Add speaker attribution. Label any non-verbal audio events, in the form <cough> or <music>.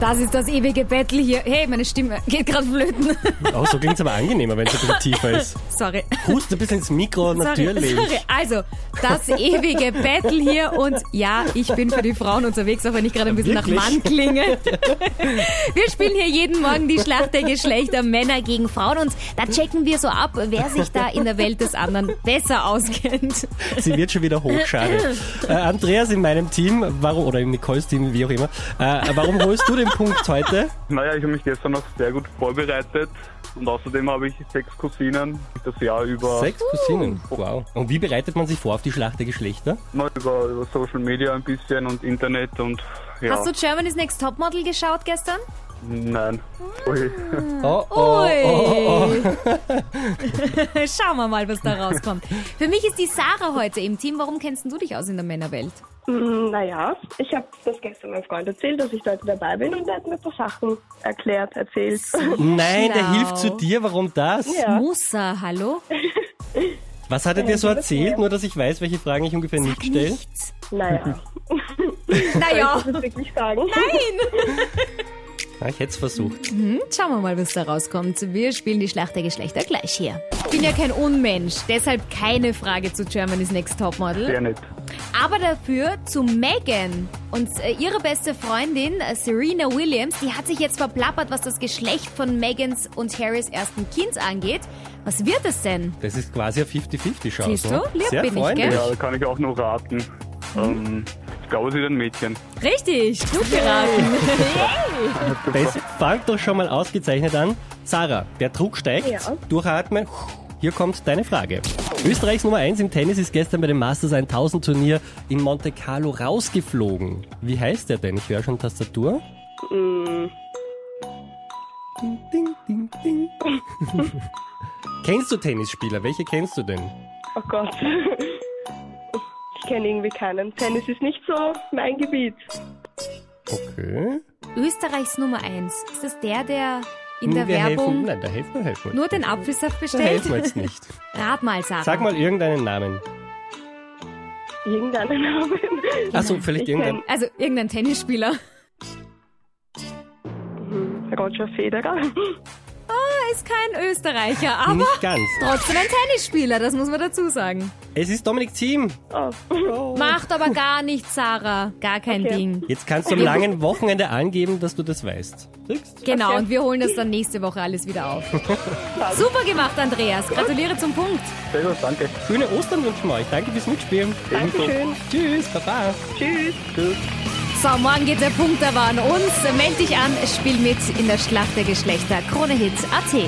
Speaker 1: Das ist das ewige Battle hier. Hey, meine Stimme geht gerade flöten. <laughs>
Speaker 2: oh, so klingt es aber angenehmer, wenn es ein bisschen tiefer ist.
Speaker 1: Sorry.
Speaker 2: Hust ein bisschen ins Mikro, natürlich.
Speaker 1: Sorry, sorry. Also, das ewige Battle hier und ja, ich bin für die Frauen unterwegs, auch wenn ich gerade ein bisschen
Speaker 2: Wirklich?
Speaker 1: nach Mann
Speaker 2: <laughs>
Speaker 1: klinge. Wir spielen hier jeden Morgen die Schlacht der Geschlechter Männer gegen Frauen und da checken wir so ab, wer sich da in der Welt des anderen besser auskennt.
Speaker 2: Sie wird schon wieder hoch,
Speaker 1: <laughs>
Speaker 2: schade. Äh, Andreas in meinem Team, warum, oder in Nicoles Team, wie auch immer, äh, warum holst du den Punkt heute?
Speaker 3: Naja, ich habe mich gestern noch sehr gut vorbereitet und außerdem habe ich sechs Cousinen das Jahr über,
Speaker 2: Sechs Cousinen. Wow. Und wie bereitet man sich vor auf die Schlacht der Geschlechter?
Speaker 3: na, über, über Social Media ein bisschen und Internet und ja,
Speaker 1: Hast du Germany's Next Topmodel geschaut gestern?
Speaker 3: nein.
Speaker 1: Hm.
Speaker 3: Ui.
Speaker 2: Oh, oh,
Speaker 1: Ui.
Speaker 2: oh, oh.
Speaker 1: <laughs> Schauen wir mal, was da rauskommt. Für mich ist die Sarah heute im Team. Warum kennst denn du dich aus in der Männerwelt?
Speaker 4: Naja, Hm, ich habe das gestern meinem Freund erzählt, dass ich da heute dabei bin und er hat mir ein paar Sachen erklärt, erzählt.
Speaker 2: Oh, Nein, der
Speaker 1: Schlau.
Speaker 2: hilft zu dir, warum das?
Speaker 4: Ja.
Speaker 1: Musa, hallo?
Speaker 2: Was hat er dir so erzählt, nur dass ich weiß, welche Fragen ich ungefähr nicht stelle?
Speaker 1: Nichts.
Speaker 4: Naja,
Speaker 1: Naja.
Speaker 4: muss ich wirklich sagen.
Speaker 2: Ah, ich hätte es versucht.
Speaker 1: Schauen wir mal, was da rauskommt. Wir spielen die Schlacht der Geschlechter gleich hier. Ich bin ja kein Unmensch, deshalb keine Frage zu Germany's Next Topmodel.
Speaker 3: Sehr nett.
Speaker 1: Aber dafür zu Megan. Und äh, ihre beste Freundin, äh, Serena Williams, die hat sich jetzt verplappert, was das Geschlecht von Megans und Harrys ersten Kind angeht. Was wird es denn?
Speaker 2: Das ist quasi eine 50-50-Chance.
Speaker 1: Siehst du? Lieb
Speaker 2: Sehr
Speaker 1: bin ich,
Speaker 2: freundlich.
Speaker 1: gell?
Speaker 3: Ja, da kann ich auch nur raten.
Speaker 1: Hm?
Speaker 3: Ähm, ich glaube, sie ist ein Mädchen.
Speaker 1: Richtig, du geraten.
Speaker 2: Das fängt doch schon mal ausgezeichnet an. Sarah, der Druck steigt.
Speaker 4: Ja.
Speaker 2: Durchatmen. Hier kommt deine Frage. Österreichs Nummer 1 im Tennis ist gestern bei dem Masters 1000 Turnier in Monte Carlo rausgeflogen. Wie heißt er denn? Ich höre schon Tastatur. Ding, ding, ding, ding.
Speaker 1: <laughs>
Speaker 2: kennst du Tennisspieler? Welche kennst du denn?
Speaker 4: Oh Gott. Ich kenne irgendwie keinen. Tennis ist nicht so mein Gebiet.
Speaker 2: Okay.
Speaker 1: <laughs> Österreichs Nummer 1. Ist das der, der in der
Speaker 2: wir Helfen.
Speaker 1: Werbung
Speaker 2: Nein, da helfen wir, helfen wir.
Speaker 1: nur den Apfelsaft
Speaker 2: da helfen wir
Speaker 1: bestellt?
Speaker 2: jetzt nicht.
Speaker 1: Rat mal, Sarah.
Speaker 2: Sag mal irgendeinen Namen.
Speaker 4: Irgendeinen <laughs> Namen.
Speaker 2: Achso, vielleicht
Speaker 4: Ich
Speaker 2: irgendeinen.
Speaker 4: kenn-
Speaker 1: Also irgendein Tennisspieler. <laughs>
Speaker 4: Hm, Roger Federer.
Speaker 1: ist kein Österreicher, aber
Speaker 2: Nicht ganz.
Speaker 1: trotzdem ein Tennisspieler, das muss man dazu sagen.
Speaker 2: Es ist Dominik Thiem.
Speaker 4: Oh.
Speaker 1: Macht aber gar nichts, Sarah. Gar kein
Speaker 4: Okay.
Speaker 1: Ding.
Speaker 2: Jetzt kannst du am langen Wochenende angeben, dass du das weißt. Siehst?
Speaker 1: Genau, und wir holen das dann nächste Woche alles wieder auf. Super gemacht, Andreas. Gratuliere zum Punkt.
Speaker 3: Sehr gut, danke.
Speaker 2: Schöne Ostern wünschen wir euch. Danke fürs Mitspielen.
Speaker 4: Dankeschön.
Speaker 2: Tschüss, Baba.
Speaker 4: Tschüss.
Speaker 1: So, morgen geht der Punkt aber an uns. Meld dich an, spiel mit in der Schlacht der Geschlechter. Krone Hits AT.